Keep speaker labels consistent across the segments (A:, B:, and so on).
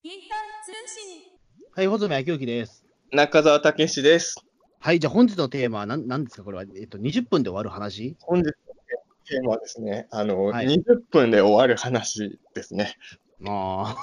A: ピーター通信
B: はい、穂積明之です。
C: 中澤武史です。
B: はい、じゃあ本日のテーマは何何ですかこれは、えっと、20分で終わる話
C: 本日のテーマはですね、あの、
B: はい
C: 20分で終わる話ですね。
B: あ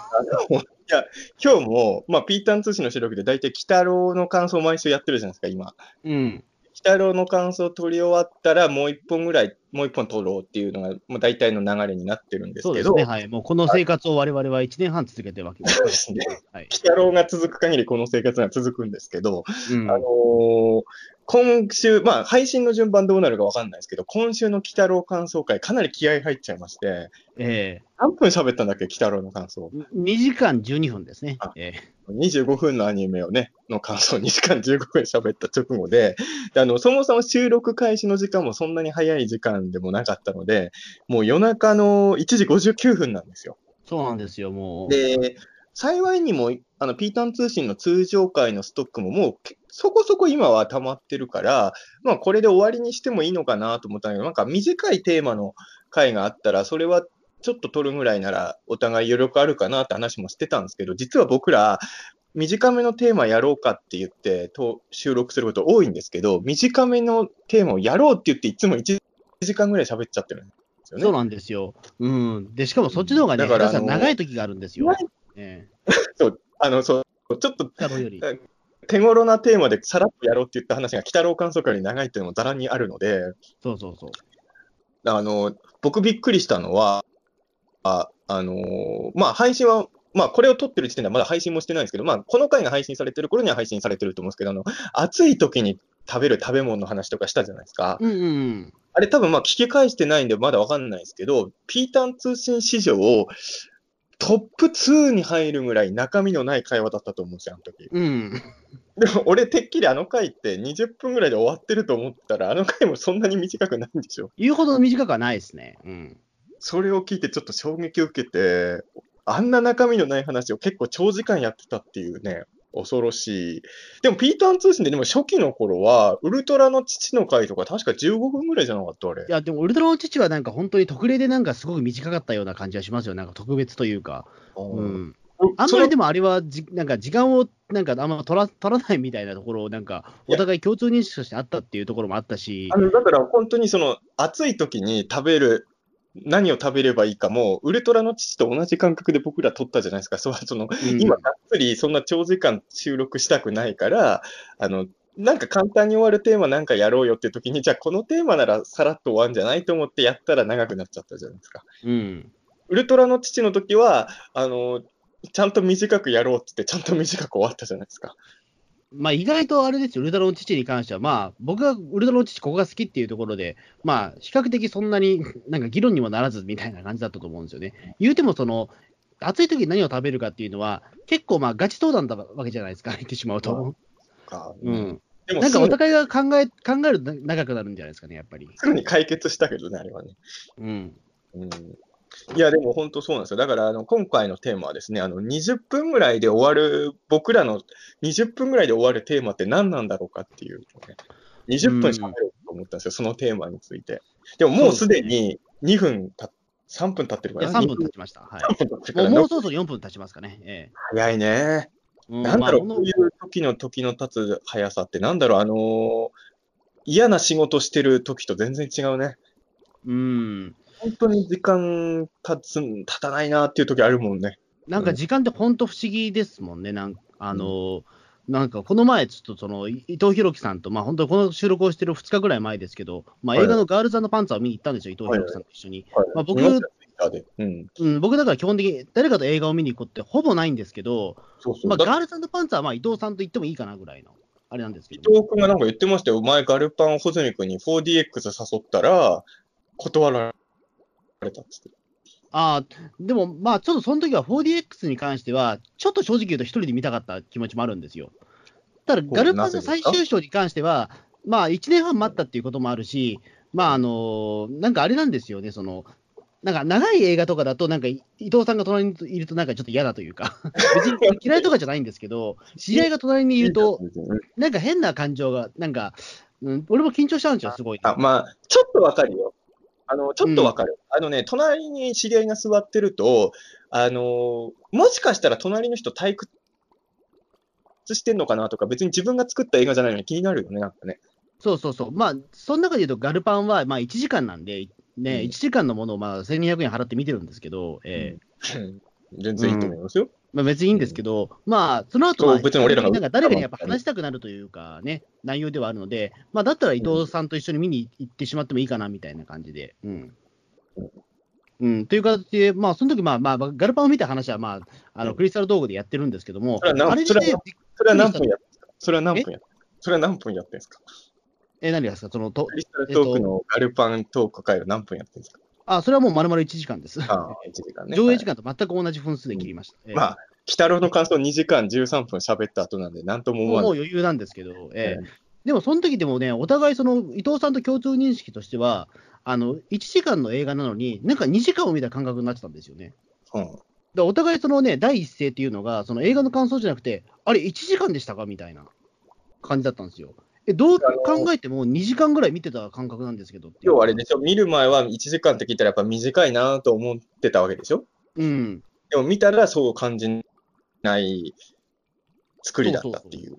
C: 今日も、まあ、ピーターン通信の収録で大体、鬼太郎の感想を毎週やってるじゃないですか、今。
B: あ。うん。
C: 鬼太郎の感想を取り終わったら、もう一本ぐらい、もう一本取ろうっていうのが、まあ、大体の流れになってるんです
B: そう
C: け
B: で
C: ど、
B: す
C: 鬼
B: ね。はい。もうこの生活を我々は1年半続けてるわけです。
C: そうですね。
B: はい。
C: 太郎が続く限り、この生活が続くんですけど、
B: うん
C: あのー今週、まあ、配信の順番どうなるかわかんないですけど、今週の鬼太郎感想会、かなり気合入っちゃいまして、
B: え
C: 何分喋ったんだっけ、鬼太郎の感想。
B: え2時間12分ですね
C: あ。
B: ええ
C: 25分のアニメをね、の感想2時間15分喋った直後で、であの、そもそも収録開始の時間もそんなに早い時間でもなかったので、もう夜中の1時59分なんですよ。
B: そうなんですよ、もう。
C: で、幸いにも、あの、ピータン通信の通常回のストックももうけ、そこそこ今は溜まってるから、まあこれで終わりにしてもいいのかなと思ったんだけど、なんか短いテーマの回があったら、それはちょっと取るぐらいならお互い余力あるかなって話もしてたんですけど、実は僕ら、短めのテーマやろうかって言ってと収録すること多いんですけど、短めのテーマをやろうって言っていつも1時間ぐらい喋っちゃってるんですよね。
B: そうなんですよ。うん。で、しかもそっちの方がね、
C: だから
B: 皆さん
C: あの
B: 長い時があるんですよ。ええ
C: あの、そう、ちょっと
B: 太郎より。
C: 手頃なテーマでさらっとやろうって言った話が、鬼太郎観測より長いっていうのもざらにあるので、
B: そうそうそう。
C: あの、僕びっくりしたのは、あ、あのーまあ、配信は、まあ、これを撮ってる時点ではまだ配信もしてないんですけど、まあ、この回が配信されてる頃には配信されてると思うんですけど、あの、暑い時に食べる食べ物の話とかしたじゃないですか。
B: うんうんうん。
C: あれ多分まあ聞き返してないんでまだわかんないですけど、ピータン通信史上トップ2に入るぐらい中身のない会話だったと思うんですよ、あの時。
B: うん。
C: でも 俺てっきりあの回って20分ぐらいで終わってると思ったら、あの回もそんなに短くないんでしょ。
B: 言うほど短くはないですね。うん。
C: それを聞いてちょっと衝撃を受けて、あんな中身のない話を結構長時間やってたっていうね、恐ろしい。でもピータン通信ででも初期の頃は、ウルトラの父の回とか確か15分ぐらいじゃなかった、あれ
B: い。や、でも、ウルトラの父はなんか本当に特例でなんかすごく短かったような感じがしますよ。なんか特別というか。う
C: うん
B: ん。あんまりでもあれはじ、なんか時間をなんかあんま取ら取らないみたいなところを、なんかお互い共通認識としてあったっていうところもあったし
C: あ、のだから本当にその暑い時に食べる、何を食べればいいかも、ウルトラの父と同じ感覚で僕ら撮ったじゃないですか。そうその
B: うん
C: 今、がっつりそんな長時間収録したくないから、あのなんか簡単に終わるテーマなんかやろうよって時に、じゃあこのテーマならさらっと終わんじゃないと思ってやったら長くなっちゃったじゃないですか。
B: うん、
C: ウルトラの父の時は、あのちゃんと短くやろうってって、ちゃんと短く終わったじゃないですか。
B: まあ意外とあれですよ、ウルトラの父に関しては、まあ僕がウルトラの父、ここが好きっていうところで、まあ比較的そんなに なんか議論にもならずみたいな感じだったと思うんですよね。言うても、その暑い時に何を食べるかっていうのは、結構まあガチ相談だわけじゃないですか、言ってしまうと。う
C: うん
B: ん、
C: でも
B: なん
C: す
B: か
C: ぐ
B: お互いが考え考えると長くなるんじゃないですかね、やっぱり。
C: すぐに解決したけどね、あれはね。
B: うん、
C: うんいや、でも本当そうなんですよ。だから、あの、今回のテーマはですね、あの、20分ぐらいで終わる、僕らの20分ぐらいで終わるテーマって何なんだろうかっていう、ね、20分喋ろうと思ったんですよ、そのテーマについて。でももうすでに2分た、3分経ってる
B: い
C: か
B: や
C: ら
B: 3分経ちました。はい
C: 3分経ってるか
B: もう
C: ら
B: も
C: な
B: うそろそろ4分経ちますかね。え
C: 早いね。
B: えうん
C: なんだろう、
B: まあ
C: こういう時の時の経つ速さって、なんだろう、あのー嫌な仕事してる時と全然違うね。
B: うん。
C: 本当に時間経つ、経たないなっていう時あるもんね。
B: なんか時間って本当不思議ですもんね。なんあのーなんかこの前、ちょっとそのい伊藤博樹さんと、まあ、本当にこの収録をしてる2日ぐらい前ですけど、まあ、
C: はい
B: 映画のガールズパンツァーを見に行ったんですよ、伊藤博樹さんと一緒に。
C: はい
B: まあ僕
C: 見ましたよ Twitter でうん、
B: うん、僕だから基本的に誰かと映画を見に行くことってほぼないんですけど、
C: そうそう。
B: まあ、
C: だ
B: ガールズパンツァーはまあ伊藤さんと言ってもいいかなぐらいの、あれなんですけ
C: 伊
B: ど、
C: 藤君がなんか言ってましたよ。前、ガルパンを穂積君に 4DX 誘ったら、断られたっつって。
B: ああでも、まあ、ちょっとその時は 4DX に関しては、ちょっと正直言うと、一人で見たかった気持ちもあるんですよ。ただ、ガルパンの最終章に関しては、まあ、1年半待ったっていうこともあるし、まあ、あのなんかあれなんですよね、その、なんか長い映画とかだと、なんかい伊藤さんが隣にいると、なんかちょっと嫌だというか、 別に嫌いとかじゃないんですけど、知り合いが隣にいると、なんか変な感情が、なんか、うん、俺も緊張しちゃうんですよ、すごい。
C: あ、まあ、ちょっとわかるよ。あの、ちょっとわかる。あのね、隣に知り合いが座ってると、あの、もしかしたら隣の人退屈してんのかなとか、別に自分が作った映画じゃないのに気になるよね、なんかね。
B: そうそうそう、まあ、その中で言うと、ガルパンはまあ1時間なんで、ね、
C: うん
B: 1時間のものをまあ1200円払って見てるんですけど、ええ
C: 全然いいと思いますよ。
B: まあ、別にいいんですけど、まあ、その後は
C: そう別に俺らが
B: なんか誰かにやっぱ話したくなるというかね、内容ではあるので、まあ、だったら伊藤さんと一緒に見に行ってしまってもいいかなみたいな感じで。うんうん、という形で、まあ、その時、まあ、まあ、ガルパンを見た話は、まあ、あ
C: う
B: の、
C: ん
B: クリスタル道具でやってるんですけども、
C: それは何
B: あれで
C: それは何それは何分やってんすかそれは何分やってんすかそれは何分やってんすか
B: え、何がですか、その、と
C: ク、リスタルトークのガルパントーク会を何分やってんすか
B: あ、それはもう丸々1時間です。
C: ああ、1時間ね。
B: 上映時
C: 間。
B: 間と全く同じ分数で切りました。ええ
C: まあ、鬼太郎の感想2時間13分喋った後なんで、なんとも思
B: もう
C: わ
B: もう
C: ない。
B: 余裕なんですけど、ええ
C: え
B: でもその時でもね、お互いその伊藤さんと共通認識としては、あの1時間の映画なのに、なんか2時間を見た感覚になってたんですよね。
C: うん
B: だからお互いそのね、第一声っていうのが、その映画の感想じゃなくて、あれ、1時間でしたかみたいな感じだったんですよ。えどう考えても2時間ぐらい見てた感覚なんですけどっていう
C: 要はあれでしょ、見る前は1時間って聞いたらやっぱ短いなと思ってたわけでしょ
B: うん、
C: でも見たらそう感じない作りだったっていう。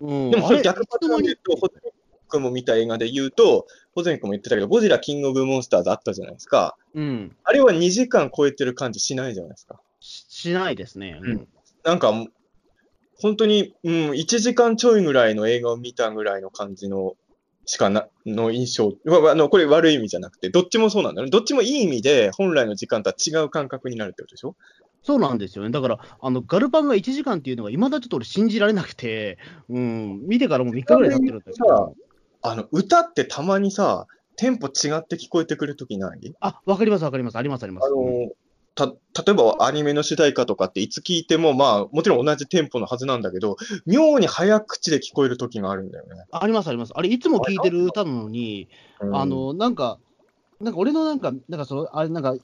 B: うん、
C: でもそれ逆
B: あいつ
C: パ
B: の間
C: ターン
B: に
C: で言うと、ホゼン君も見た映画で言うと、ホゼン君も言ってたけど、ゴジラキングオブモンスターズあったじゃないですか。
B: うん、
C: あれは2時間超えてる感じしないじゃないですか。
B: ししないですね。うん
C: なんかもう、本当に、うん、1時間ちょいぐらいの映画を見たぐらいの感じの、しかな、の印象。うわあの、これ悪い意味じゃなくて、どっちもそうなんだね。どっちもいい意味で、本来の時間とは違う感覚になるってことでしょ
B: そうなんですよね。だから、あの、ガルパンが1時間っていうのが、いまだちょっと俺信じられなくて、うん、見てからもう3日ぐらい経ってるんですけど。
C: あの、歌ってたまにさ、テンポ違って聞こえてくるときない
B: あ、わかりますわかります。ありますありま
C: あ
B: す。
C: の、た、例えばアニメの主題歌とかっていつ聞いても、まあ、もちろん同じテンポのはずなんだけど、妙に早口で聞こえるときがあるんだよね。
B: ありますあります。あれ、いつも聴いてる歌なのに、
C: うん
B: あ、の、なんか、なんか俺のなんか、なんかその、あれ、なんか、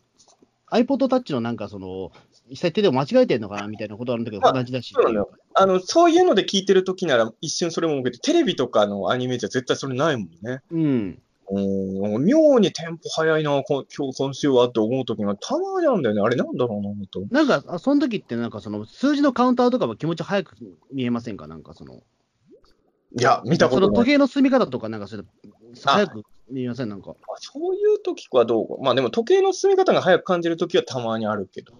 B: iPod Touch のなんかその、設定でも間違えてんのかなみたいなことあるんだけど、
C: まあ
B: 同じだし。
C: そうなんだよあの、そういうので聞いてるときなら一瞬それも思うけど、テレビとかのアニメじゃ絶対それないもんね。
B: うん。
C: うん、妙にテンポ早いな、こ今日、今週はって思うときがたまにあるんだよね。あれなんだろうな、と。
B: なんか、あその時ってなんかその、数字のカウンターとかは気持ち早く見えませんかなんかその、
C: いや、見たこ
B: そ
C: と
B: の
C: ない
B: 時。計の進み方とかなんかそれ、早く見えませんなんか。
C: まあそういう時はどうか。まあでも時計の進み方が早く感じる時はたまにあるけど。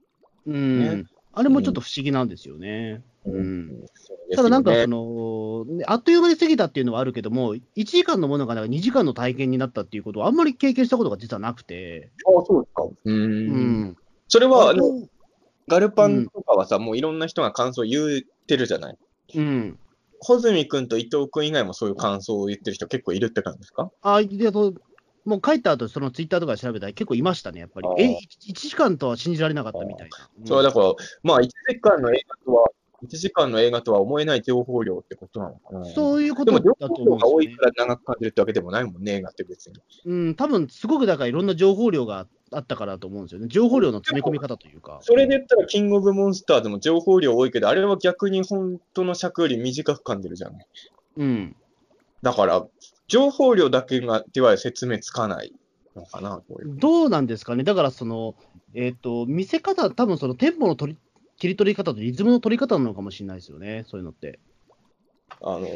B: うん
C: ね
B: あれもちょっと不思議なんですよね。うん
C: そうですよね
B: ただなんかその、ねあっという間に過ぎたっていうのはあるけども、1時間のものがなんか2時間の体験になったっていうことは、あんまり経験したことが実はなくて、
C: あそうですか。
B: う
C: うん。
B: ん、
C: それは、あの、
B: う
C: ガルパンとかはさ、もういろんな人が感想を言ってるじゃない。
B: ん、
C: 穂積君と伊藤君以外もそういう感想を言ってる人結構いるって感じですか
B: あでともう帰った後そのツイッターとかで調べたら、結構いましたね、やっぱり
C: あ。ー
B: え、1時間とは信じられなかったみたいな。うん
C: それはだから、まあ、1時間の映画とは、1時間の映画とは思えない情報量ってことなのかな。
B: そういうこ
C: で
B: と
C: も、情
B: だと
C: 報量
B: 思
C: が
B: う
C: 多
B: んです
C: い
B: よね
C: か。ら長く感じるってわけでもないもんね、映画って別に。
B: うん、多分すごくだからいろんな情報量があったからだと思うんですよね。情報量の詰め込み方というか。
C: それで言ったら、キングオブモンスターでも情報量多いけど、あれは逆に本当の尺より短く感じるじゃない。
B: うん。
C: だから、情報量だけがでは説明つかないのかな、こういう。
B: どうなんですかね、だからその、えっ、と、見せ方、多分そのテンポの取り切り取り方とリズムの取り方なのかもしれないですよね、そういうのって。
C: あのー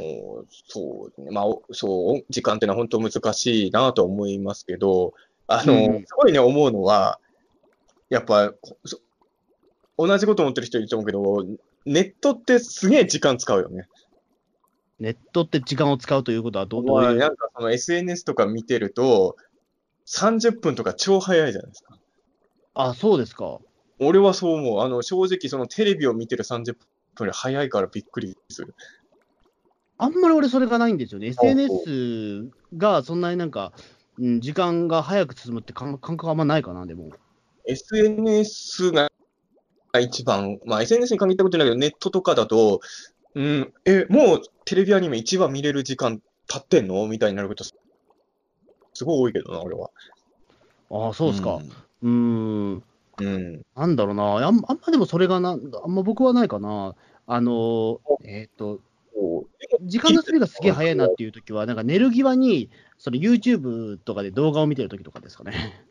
C: そうですね、まあ、おそう、時間ってのは本当難しいなとは思いますけど、あのー
B: うん
C: すごいね、思うのは、やっぱ、こそ同じこと思ってる人いると思うけど、ネットってすげえ時間使うよね。
B: ネットって時間を使うということはどうどう
C: まあ
B: いう、
C: なんかその SNS とか見てると、30分とか超早いじゃないですか。
B: あ、そうですか。
C: 俺はそう思う。あの、正直、そのテレビを見てる30分より早いからびっくりする。
B: あんまり俺、それがないんですよね。
C: そう
B: SNS がそんなになんか、うん、時間が早く進むって感感覚あんまないかな、でも。
C: SNS が一番、まあ、SNS に限ったことないけど、ネットとかだと、うん、え、もうテレビアニメ1話見れる時間経ってんのみたいになること、すごい多いけどな、俺は。
B: ああ、そうですか。うーん、ん
C: うん。うん。
B: なんだろうなあん、あんまでもそれがな、あんま僕はないかな。あのー、えっ、と、
C: こう
B: 時間の進みがすげえ早いなっていう時は、なんか寝る際に、その YouTube とかで動画を見てる時とかですかね。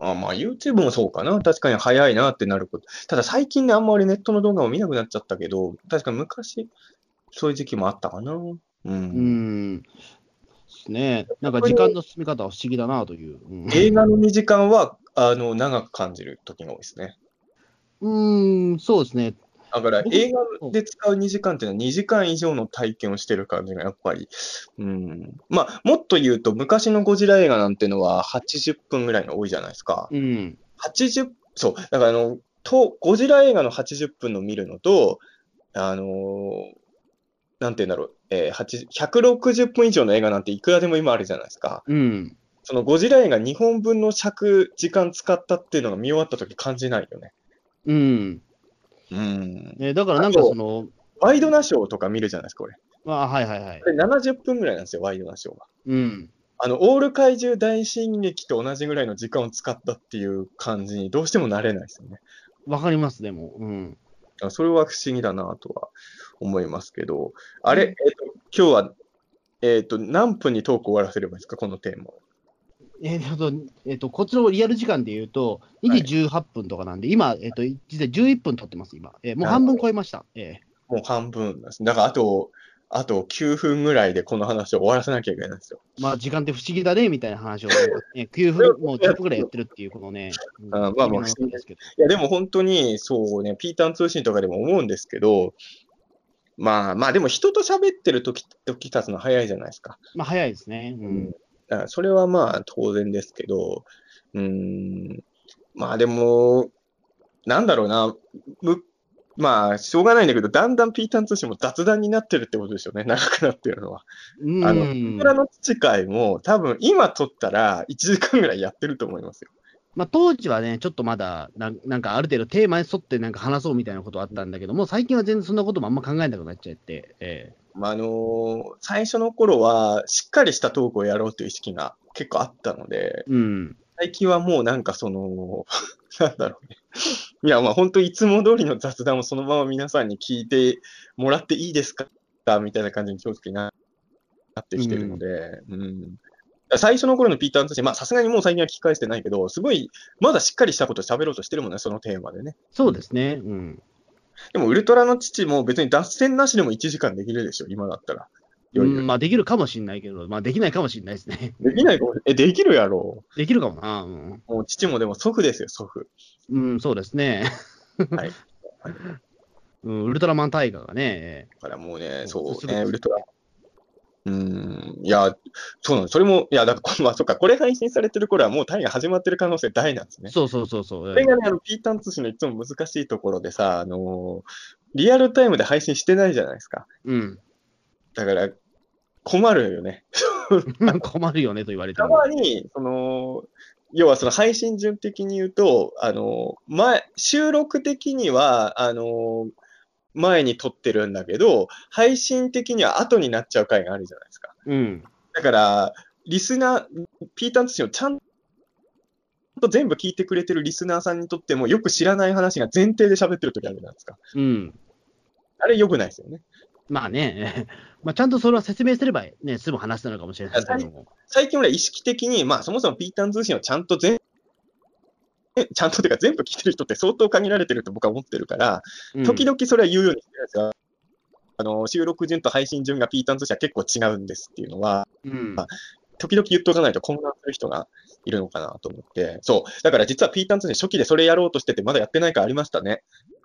C: あまあ、YouTube もそうかな。確かに早いなってなること。ただ最近ね、あんまりネットの動画も見なくなっちゃったけど、確か昔、そういう時期もあったかな。うん。
B: うん。ですね。なんか時間の進み方は不思議だなという。うん
C: 映画の2時間は、あの、長く感じる時が多いですね。
B: うん、そうですね。
C: だから、
B: 僕
C: 映画で使う2時間っていうのは2時間以上の体験をしてる感じがやっぱり。うん。まあ、もっと言うと、昔のゴジラ映画なんてのは80分ぐらいが多いじゃないですか。
B: うん。
C: 80、そう、だからあの、と、ゴジラ映画の80分の見るのと、あのーなんて言うんだろう、えー、80 160分以上の映画なんていくらでも今あるじゃないですか。
B: うん。
C: そのゴジラ映画2本分の尺、時間使ったっていうのが見終わった時感じないよね。
B: うん。
C: うん。
B: ねだからなんか
C: あと
B: その、
C: ワイドナショーとか見るじゃないですか、これ。
B: まあ、はいはいはい
C: こ。れ70分ぐらいなんですよ、ワイドナショーは。
B: うん。
C: あの、オール怪獣大進撃と同じぐらいの時間を使ったっていう感じにどうしてもなれないですよね。
B: わかります、でも。うん。
C: あそれは不思議だなとは思いますけど、あれ、えっと今日は、えっと何分にトーク終わらせればいいですか、このテーマを。
B: えっ、と、えっ、と、こっちのリアル時間で言うと、2時18分とかなんで、今、えっ、と、実は11分撮ってます、今。えーもう半分超えました。え
C: もう半分です。だからあと、あと9分ぐらいでこの話を終わらせなきゃいけないんですよ。
B: ーまあ、時間って不思議だね、みたいな話を、ね、9分、 もう10分ぐらいやってるっていう、このね、うん
C: あーまあまあ
B: 微妙な感じですけど
C: いや、でも本当に、そうね、ピーターン通信とかでも思うんですけど、まあまあ、でも人と喋ってる時時経つの早いじゃないですか。
B: まあ、早いですね。うん。
C: だからそれはまあ当然ですけど、うーん、まあでも、なんだろうな、むまあ、しょうがないんだけど、だんだんピーターン通信も雑談になってるってことですよね、 長くなってるのは。
B: うん。
C: あの、桜の土会も、多分今撮ったら1時間ぐらいやってると思いますよ。
B: まあ、当時はね、ちょっとまだなん、なんかある程度テーマに沿ってなんか話そうみたいなことあったんだけども、最近は全然そんなこともあんま考えなくなっちゃって、え
C: まあ、あのー最初の頃は、しっかりしたトークをやろうという意識が結構あったので、
B: ーうん。
C: 最近はもうなんかその、 なんだろうね。いや、まあ本当いつも通りの雑談をそのまま皆さんに聞いてもらっていいですかみたいな感じに正直ななってきてるので、うん。最初の頃のピーターンとして、まあさすがにもう最近は聞き返してないけど、すごい、まだしっかりしたことを喋ろうとしてるもんね、そのテーマでね。
B: そうですね。うん。
C: でも、ウルトラの父も別に脱線なしでも1時間できるでしょ、今だったら。余
B: うん
C: 裕
B: まあ、できるかもしれないけど、まあ、できないかもしれないですね。
C: できないかもえ、できるやろ
B: できるかもな。うん、
C: う。もう父もでも祖父ですよ、祖父。
B: うん、そうですね。
C: はい。
B: うん、ウルトラマンタイガーがね、
C: だからもう
B: そ
C: ね
B: う、
C: そ
B: す
C: う
B: ごい
C: ね、ウルトラ。うーん、いや、そうなんです。それも、いや、だからこ、まあ、そっか、これ配信されてる頃はもう単位が始まってる可能性大なんですね。
B: そうそうそうそう。
C: これがね、あの、ピーターン通信のいつも難しいところでさ、あのーリアルタイムで配信してないじゃないですか。
B: うん。
C: だから、困るよね。
B: 困るよねと言われて
C: た
B: も。
C: まに、その、要はその配信順的に言うと、あの、前、収録的には、あの、前に撮ってるんだけど、配信的には後になっちゃう回があるじゃないですか。
B: うん。
C: だから、リスナー、ピーターン通信をちゃんと全部聞いてくれてるリスナーさんにとっても、よく知らない話が前提で喋ってる時あるじゃないですか。
B: うん。
C: あれ良くないですよね。
B: まあね、 まあ、ちゃんとそれは説明すればね、済む話なのかもしれないけども。
C: 最近俺は意識的に、まあそもそもピーターン通信をちゃんと全、えちゃんとてか全部聞いてる人って相当限られてると僕は思ってるから、
B: うん
C: 時々それは言うようにしてるんですよ。あの、収録順と配信順がピーターン通信は結構違うんですっていうのは、
B: うん。
C: 時々言っとかないと混乱する人がいるのかなと思って、そう。だから実はピーターン通信初期でそれやろうとしててまだやってないからありましたね。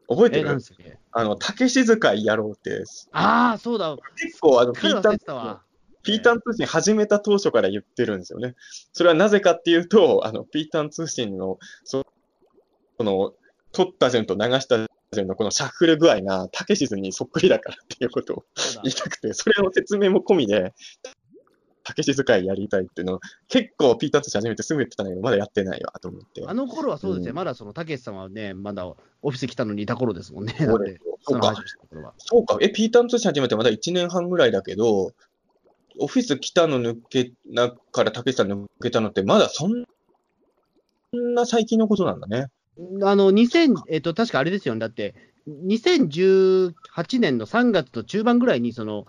C: 覚えて
B: え、なん
C: る
B: ですっけ
C: あの、竹静会やろうって、
B: ああ、そうだ。
C: 結構あの、ピ
B: 彼
C: ー
B: は
C: タ
B: 忘
C: ーン
B: れてたわ。
C: ピーターン通信始めた当初から言ってるんですよね。それはなぜかっていうと、あの、ピーターン通信の、そその、撮った順と流した順のこのシャッフル具合が、タケシズにそっくりだからっていうことを
B: そうだ
C: 言いたくて、それの説明も込みで、タケシズ会やりたいっていうのを、結構ピーターン通信始めてすぐ言ってたんだけど、まだやってないわと思って。
B: あの頃はそうですね、
C: うん
B: まだそのたけしさんはね、まだオフィス来たのにいた頃ですもんね。だ
C: そ
B: っ
C: うで
B: て
C: す、そう
B: の
C: か
B: 話、をした頃は。
C: そうか。え、ピーターン通信始めてまだ1年半ぐらいだけど、オフィス来たの抜けなから、竹内さん抜けたのって、まだそんそんな最近のことなんだね。
B: あの、2000、えっ、と、確かあれですよね。だって、2018年の3月の中盤ぐらいに、その、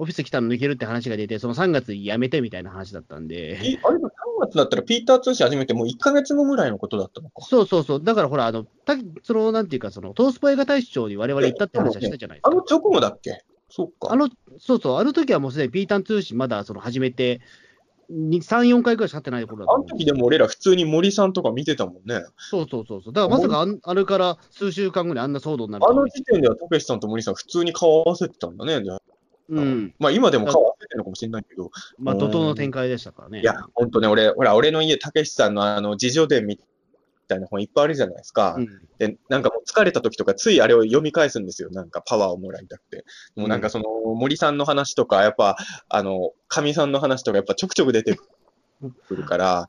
B: オフィス来たの抜けるって話が出て、その3月辞めてみたいな話だったんで、
C: えあれも3月だったら、ピーター通信始めてもう1ヶ月後ぐらいのことだったのか。
B: そうそうそう、だからほら、あのたそのなんていうか、そのトースポ映画大賞に我々行ったって話はしたじゃないです
C: あ
B: か。
C: の直後だっけそうか。
B: あの、そうそう、あの時はもうすでにピーターン通信まだその始めて、に3、4回くらいしか経ってない頃だと
C: あ
B: 思
C: の
B: うんで
C: 時でも俺ら普通に森さんとか見てたもんね。
B: すそうそうそうそう。だからまさかあんあれから数週間後にあんな騒動になると
C: あ
B: 思
C: の
B: う
C: 時点ではたけしさんと森さん普通に顔合わせてたんだね。じゃあ
B: うん。
C: まあ今でも顔合わせてるのかもしれないけど。
B: まあ怒涛の展開でしたからね。
C: いや、ほんとね、俺、ほら、俺の家、たけしさんのあの、自叙伝みたいな本いっぱいあるじゃないですか。
B: うん、
C: で、なんかもう疲れた時とか、ついあれを読み返すんですよ。なんかパワーをもらいたくて。もうなんかその、森さんの話とか、やっぱ、あの、かみさんの話とか、やっぱちょくちょく出てくるから、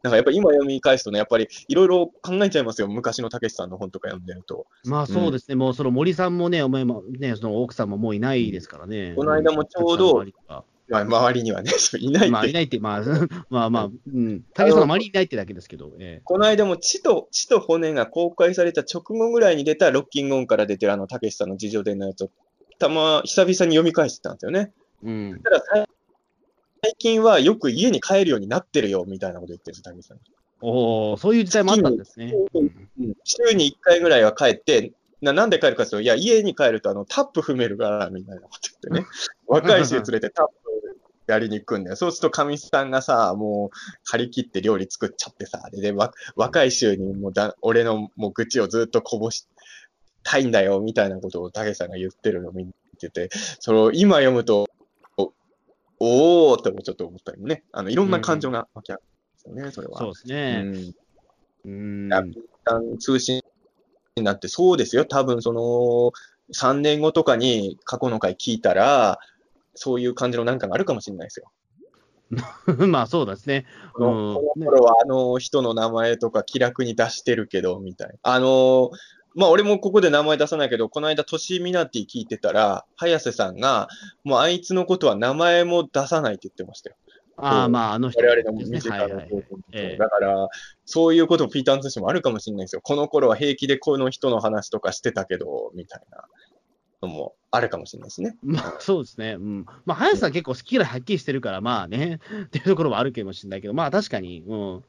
C: なんかやっぱ今読み返すとね、やっぱりいろいろ考えちゃいますよ。昔のたけしさんの本とか読んでると。
B: まあそうですね、もうその森さんもね、お前もね、その奥さんももういないですからね。
C: この間もちょうど
B: うん
C: まあ、周りにはね、そういない
B: まあ、
C: って
B: いないって、まあ、 まあまあ、うん、竹さんの周りにいないってだけですけど、ええ
C: この間も血と、血と骨が公開された直後ぐらいに出たロッキングオンから出てるあの、たけしさんの自叙伝のやつを、たま、久々に読み返してたんですよね。
B: うん、
C: ただ、最最近はよく家に帰るようになってるよ、みたいなこと言ってるんですたけしさん。
B: おお、そういう時代もあったんですね。うん
C: 週に1回ぐらいは帰って、ななんで帰るかっていうと、いや、家に帰るとあのタップ踏めるから、みたいなこと言ってね。若い衆連れてタップやりに行くんだよ。そうすると、かみさんがさ、もう、張り切って料理作っちゃってさ、で、でわ若い衆にもうだ、俺のもう愚痴をずっとこぼしたいんだよ、みたいなことをたけしさんが言ってるのを見てて、それを今読むと、おおーってちょっと思ったりもね、あの、いろんな感情が湧き上がるんですよね、それは。
B: そうですね。
C: うん
B: うん、
C: あ通信になって、そうですよ、多分その3年後とかに過去の回聞いたら、そういう感じのなんかがあるかもしれないですよ。
B: まあそうですね。
C: この
B: うん
C: この頃はあの人の名前とか気楽に出してるけど、みたいな。あのまあ、俺もここで名前出さないけど、この間、トシミナティ聞いてたら、早瀬さんが、もうあいつのことは名前も出さないって言ってましたよ。
B: ああ、まあ、あの人
C: 我々の
B: で
C: 身
B: すね。
C: 近
B: は
C: ない情
B: はいはい。
C: 報
B: ええ
C: だから、そういうこともピーターン通信もあるかもしれないですよ。この頃は平気でこの人の話とかしてたけど、みたいなのもあるかもしれないですね。
B: まあそうですね。うん。まあ、早瀬さん結構好き嫌いはっきりしてるから、まあね、 っていうところはあるかもしれないけど、まあ確かに、うん。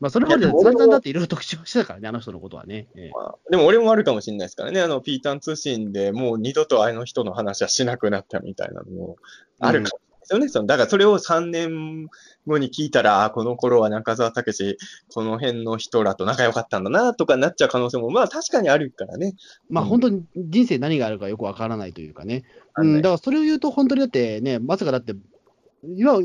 B: まあそれまで
C: いやでも
B: 散
C: 俺も
B: 々だっていろいろ特徴してたからね、あの人のことはね。ええ
C: まあ、でも俺もあるかもしれないですからね。あの、ピーターン通信でもう二度とあの人の話はしなくなったみたいなのもあるかもしれないですよね。そのだからそれを3年後に聞いたら、あこの頃は中澤武史、この辺の人らと仲良かったんだな、とかなっちゃう可能性も、まあ確かにあるからね。
B: まあ
C: うん
B: 本当に人生何があるかよくわからないというかね、
C: あ
B: う
C: のね
B: ん、だからそれを言うと、本当にだってね、まさかだって、いわ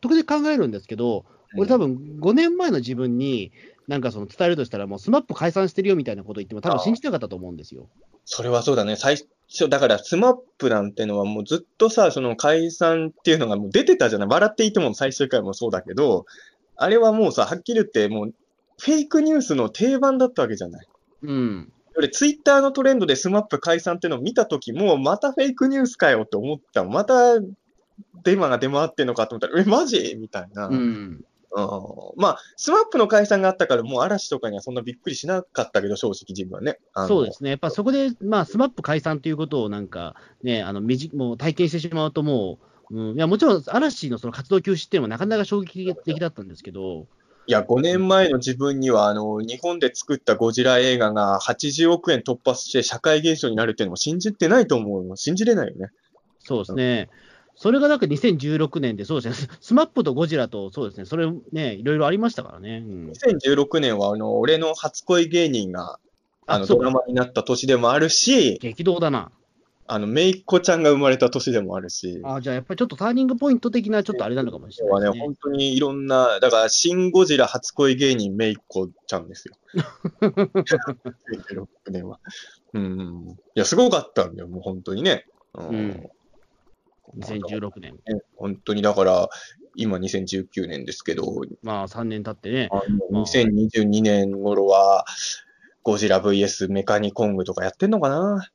B: 特に考えるんですけど、俺、多分5年前の自分に、なんかその伝えるとしたら、もう SMAP 解散してるよみたいなこと言っても、多分信じなかったと思うんですよ。
C: それはそうだね。最初、だから、スマップなんてのはもうずっとさ、その解散っていうのがもう出てたじゃない。笑っていても最終回もそうだけど、あれはもうさ、はっきり言って、もう、フェイクニュースの定番だったわけじゃない。
B: うん、
C: 俺、ツイッターのトレンドでスマップ解散ってのを見たときも、またフェイクニュースかよって思ったもん。また、デマが出回ってんのかと思ったら、え、マジみたいな。
B: うん、
C: うんまあ、スマップの解散があったから、もう嵐とかにはそんなびっくりしなかったけど、正直自分はね。あの
B: そうですね、やっぱそこで、まあ、SMAP 解散ということを、なんかね、あのみじもう体験してしまうと、もう、うん、いやもちろん嵐のその活動休止っていうのは、なかなか衝撃的だったんですけど、
C: いや、5年前の自分には、あの、日本で作ったゴジラ映画が80億円突破して社会現象になるっていうのも信じてないと思うの。信じれないよね。
B: そうですね。それがなんか2016年で、そうですね、スマップとゴジラと、そうですね、それね、いろいろありましたからね。うん、
C: 2016年は、あの、俺の初恋芸人が、あの、
B: そう
C: ドラマになった年でもあるし、
B: 激動だな。
C: あの、めいっ子ちゃんが生まれた年でもあるし。
B: あじゃあ、やっぱりちょっとターニングポイント的な、ちょっとあれなのかもしれ
C: 今日は
B: ないです
C: ね、
B: ね。
C: 本当にいろんな、だから、シン・ゴジラ初恋芸人めいっ子ちゃんですよ。2016年は。うん。いや、すごかったんだよ、もう本当にね。
B: う
C: う
B: ん2016年、
C: ね本当にだから、今2019年ですけど、
B: まあ3年経ってね、
C: あ
B: まあ
C: の2022年頃は、ゴジラ VS メカニコングとかやってんのかな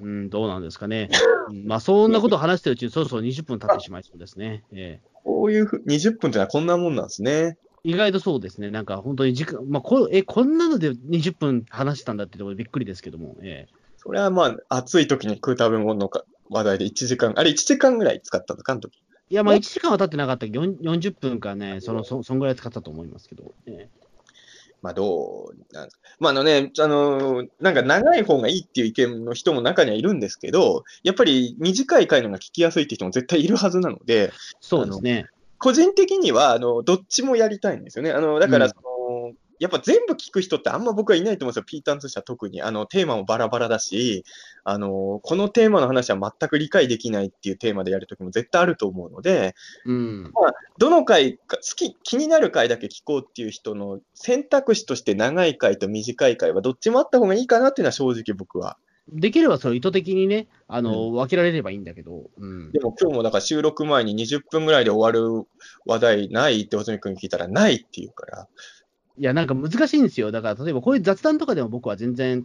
B: うん、どうなんですかね、うんまあそんなことを話してるうちに、そろそろ20分経ってしまいそうですね。ええ
C: こういうふう、20分ってのはこんなもんなんですね。
B: 意外とそうですね、なんか本当に時間、まあこえ、こんなので20分話したんだってところでびっくりですけども、ええ
C: それはまあ、暑い時に食う食べ物か話題で1時間、あれ1時間ぐらい使ったのか、あの時。
B: いや、まあ1時間は経ってなかったけど、4 40分かね、そのそそんぐらい使ったと思いますけど、え
C: まあどうなんまああのね、あのーなんか長い方がいいっていう意見の人も中にはいるんですけど、やっぱり短い回のが聞きやすいって人も絶対いるはずなので、
B: えそうですね。
C: 個人的にはあのどっちもやりたいんですよね。あのだか
B: うん
C: らその、やっぱ全部聞く人ってあんま僕はいないと思うんですよ、ピータン通社特に。あのテーマもバラバラだしあの、このテーマの話は全く理解できないっていうテーマでやるときも絶対あると思うので、
B: うん。
C: どの回か、好き、気になる回だけ聞こうっていう人の選択肢として長い回と短い回はどっちもあった方がいいかなっていうのは正直僕は。
B: できればそれ意図的にね、あの、分けられればいいんだけど、うん
C: で。も今日もだから収録前に20分ぐらいで終わる話題ないって細見君に聞いたらないって言うから。
B: いや、なんか難しいんですよ。だから、例えばこういう雑談とかでも僕は全然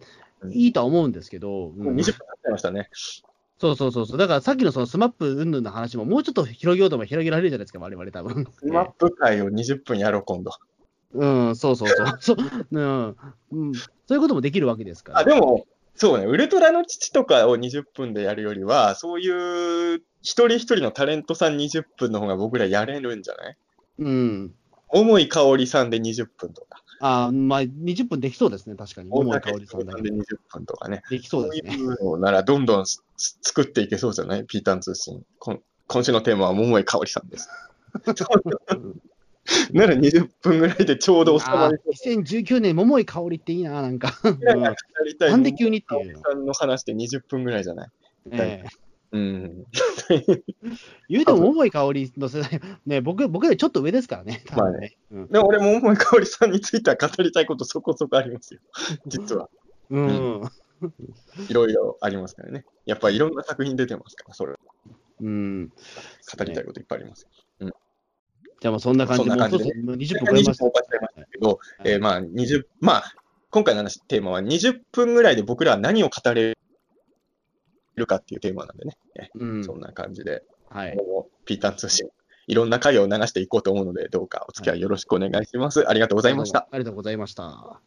B: いいとは思うんですけど、
C: もう
B: うん
C: 20分経っちゃいましたね。
B: そうそうそうそう。だからさっきのそのスマップ云々の話ももうちょっと広げようとも広げられるじゃないですか、我々多分。
C: スマップ回を20分やろう、今度。
B: うん、そうそうそう。そう うん、うん。そういうこともできるわけですから。
C: あ、でも、そうね、ウルトラの父とかを20分でやるよりは、そういう一人一人のタレントさん20分の方が僕らやれるんじゃない
B: うん。
C: 重い香りさんで20分とか。
B: あまあ、20分できそうですね、確かに。桃井かおりさんだけ
C: で
B: で。
C: 20分とかね。
B: できそうですね。
C: いうのならどんどんすす作っていけそうじゃないピーターン通信。こん今週のテーマは桃井かおりさんです。なら20分ぐらいでちょうど収ま
B: あ
C: り
B: ー2019年、桃井かおりっていいな、なんか。うん
C: そうなりたい。
B: なんで急にっていうの
C: 桃井かおりさんの話で20分ぐらいじゃない
B: ええ
C: うん。
B: 言うても桃井かおりの世代、ね、僕僕よりちょっと上ですからね、多分ね。うん
C: でも俺、桃井かおりさんについては語りたいことそこそこあり ますよ。実は。
B: うん
C: いろいろありますからね。やっぱりいろんな作品出てますから、それ
B: うん
C: 語りたいこといっぱいあります。
B: じゃあ、もうそんな感じで、
C: そん
B: も
C: な
B: う
C: 感
B: そ
C: じ
B: ろ
C: で
B: そろもう20
C: 20
B: 分超え
C: 分
B: ました
C: 超えましたけど、えーまあ、20、まあ、今回の話、テーマは20分ぐらいで僕らは何を語れるかっていうテーマなんでね、
B: うん
C: そんな感じで、
B: はい。
C: 今後もピーターン通信、いろんな回を流していこうと思うので、どうかお付き合いよろしくお願いします。ありがとうご
B: ご
C: ざいました。。
B: ありがとうございました。